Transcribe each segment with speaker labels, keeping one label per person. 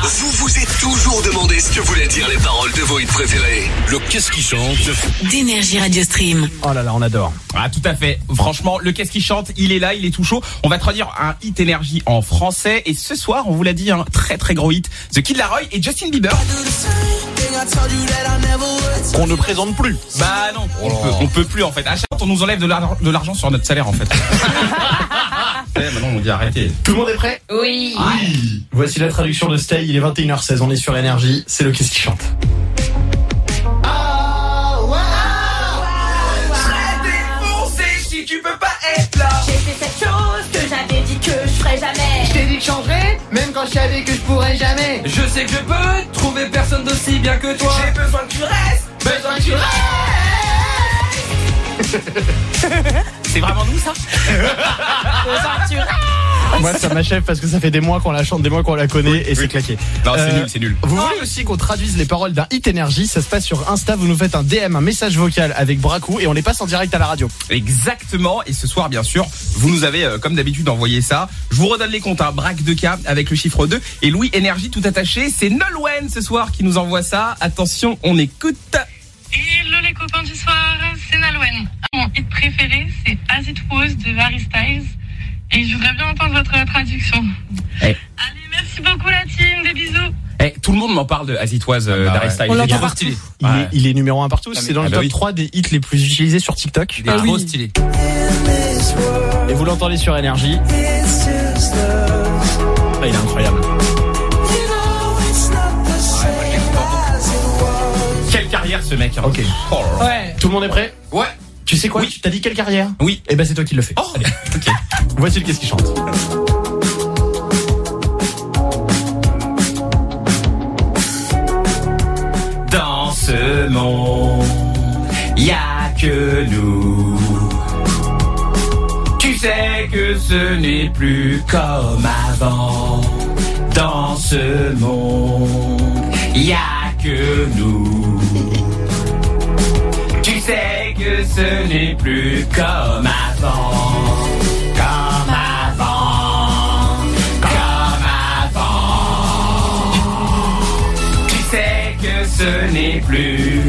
Speaker 1: Vous vous êtes toujours demandé ce que voulaient dire les paroles de vos hits préférés.
Speaker 2: Le qu'est-ce qui chante
Speaker 3: d'énergie Radio Stream.
Speaker 4: Oh là là, on adore.
Speaker 5: Ah, tout à fait. Franchement, le qu'est-ce qui chante, il est là, il est tout chaud. On va traduire un hit énergie en français. Et ce soir, on vous l'a dit, un très très gros hit. The Kid Laroi et Justin Bieber.
Speaker 2: qu'on ne présente plus
Speaker 5: Bah non, on, peut, on peut plus en fait. À chaque fois, on nous enlève de l'ar- de l'argent sur notre salaire en fait. Eh, Maintenant, on dit arrêtez.
Speaker 4: Tout le monde est prêt
Speaker 3: Oui.
Speaker 4: Voici la traduction de Stay, il est 21h16, on est sur énergie, c'est le qu'est-ce qui chante.
Speaker 5: si tu peux pas être là.
Speaker 6: J'ai fait cette chose que j'avais dit que je ferais jamais.
Speaker 7: Je t'ai dit que je changerais, même quand je savais que je pourrais jamais.
Speaker 5: Je sais que je peux trouver personne d'aussi bien que toi.
Speaker 7: J'ai besoin que tu restes, besoin que tu restes.
Speaker 5: C'est vraiment nous ça
Speaker 4: Moi ça m'achève parce que ça fait des mois qu'on la chante, des mois qu'on la connaît et c'est claqué.
Speaker 5: Non, c'est
Speaker 4: Euh,
Speaker 5: nul, c'est nul.
Speaker 4: Vous voulez aussi qu'on traduise les paroles d'un hit énergie, ça se passe sur Insta, vous nous faites un DM, un message vocal avec Bracou et on les passe en direct à la radio.
Speaker 5: Exactement. Et ce soir, bien sûr, vous nous avez, euh, comme d'habitude, envoyé ça. Je vous redonne les comptes, hein. Braque de K avec le chiffre 2. Et Louis Énergie tout attaché. C'est Nolwenn ce soir qui nous envoie ça. Attention, on écoute.
Speaker 8: Hello les copains du soir, c'est Nalwen. Mon hit préféré, c'est As It Was de Harry Styles. Et je voudrais bien entendre votre traduction.
Speaker 5: Eh.
Speaker 8: Allez, merci beaucoup la team, des bisous.
Speaker 5: Eh, tout le monde m'en parle de Azitoise euh,
Speaker 2: Ah bah
Speaker 5: d'Harry
Speaker 2: ouais.
Speaker 5: Styles.
Speaker 2: On
Speaker 5: Il est
Speaker 2: l'entend
Speaker 5: trop
Speaker 2: partout.
Speaker 5: stylé.
Speaker 4: Il,
Speaker 5: Ouais.
Speaker 4: est, il est numéro 1 partout, c'est dans
Speaker 5: Ah
Speaker 4: le
Speaker 5: bah
Speaker 4: top
Speaker 5: oui.
Speaker 4: 3 des hits les plus utilisés sur TikTok.
Speaker 5: Ah
Speaker 2: Il est trop stylé.
Speaker 4: Et vous l'entendez sur énergie. Ah, il est incroyable.
Speaker 5: Quelle carrière ce mec. hein.
Speaker 4: Ok.
Speaker 5: Oh là là.
Speaker 7: Ouais.
Speaker 4: Tout le monde est prêt
Speaker 5: Ouais.
Speaker 4: Tu sais quoi
Speaker 5: Oui.
Speaker 4: Tu t'as dit quelle carrière
Speaker 5: Oui.
Speaker 4: Eh ben c'est toi qui le fais.
Speaker 5: Oh, ok.
Speaker 4: Voici le qu'est-ce qui chante.
Speaker 5: Dans ce monde, y a que nous. Tu sais que ce n'est plus comme avant. Dans ce monde, y a que nous. Tu sais que ce n'est plus comme avant. Comme avant. Comme avant. Tu sais que ce n'est plus.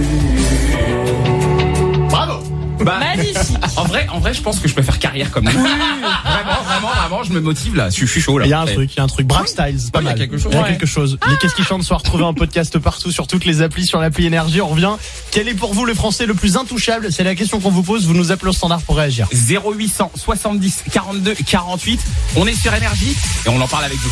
Speaker 4: Bravo
Speaker 5: Magnifique. Bah, En vrai, en vrai, je pense que je peux faire carrière comme lui. vraiment, vraiment, vraiment, je me motive là. Je suis je suis chaud là.
Speaker 4: Il y a un truc, il y a un truc. Brack Styles, pas
Speaker 5: il y a
Speaker 4: mal.
Speaker 5: quelque chose.
Speaker 4: Il y a
Speaker 5: Ouais.
Speaker 4: quelque chose. Les Qu'est-ce qui chante sont retrouvés en podcast partout, sur toutes les applis, sur l'appli énergie. On revient. Quel est pour vous le français le plus intouchable C'est la question qu'on vous pose. Vous nous appelez au standard pour réagir.
Speaker 5: 0800 70 42 48. On est sur énergie et on en parle avec vous.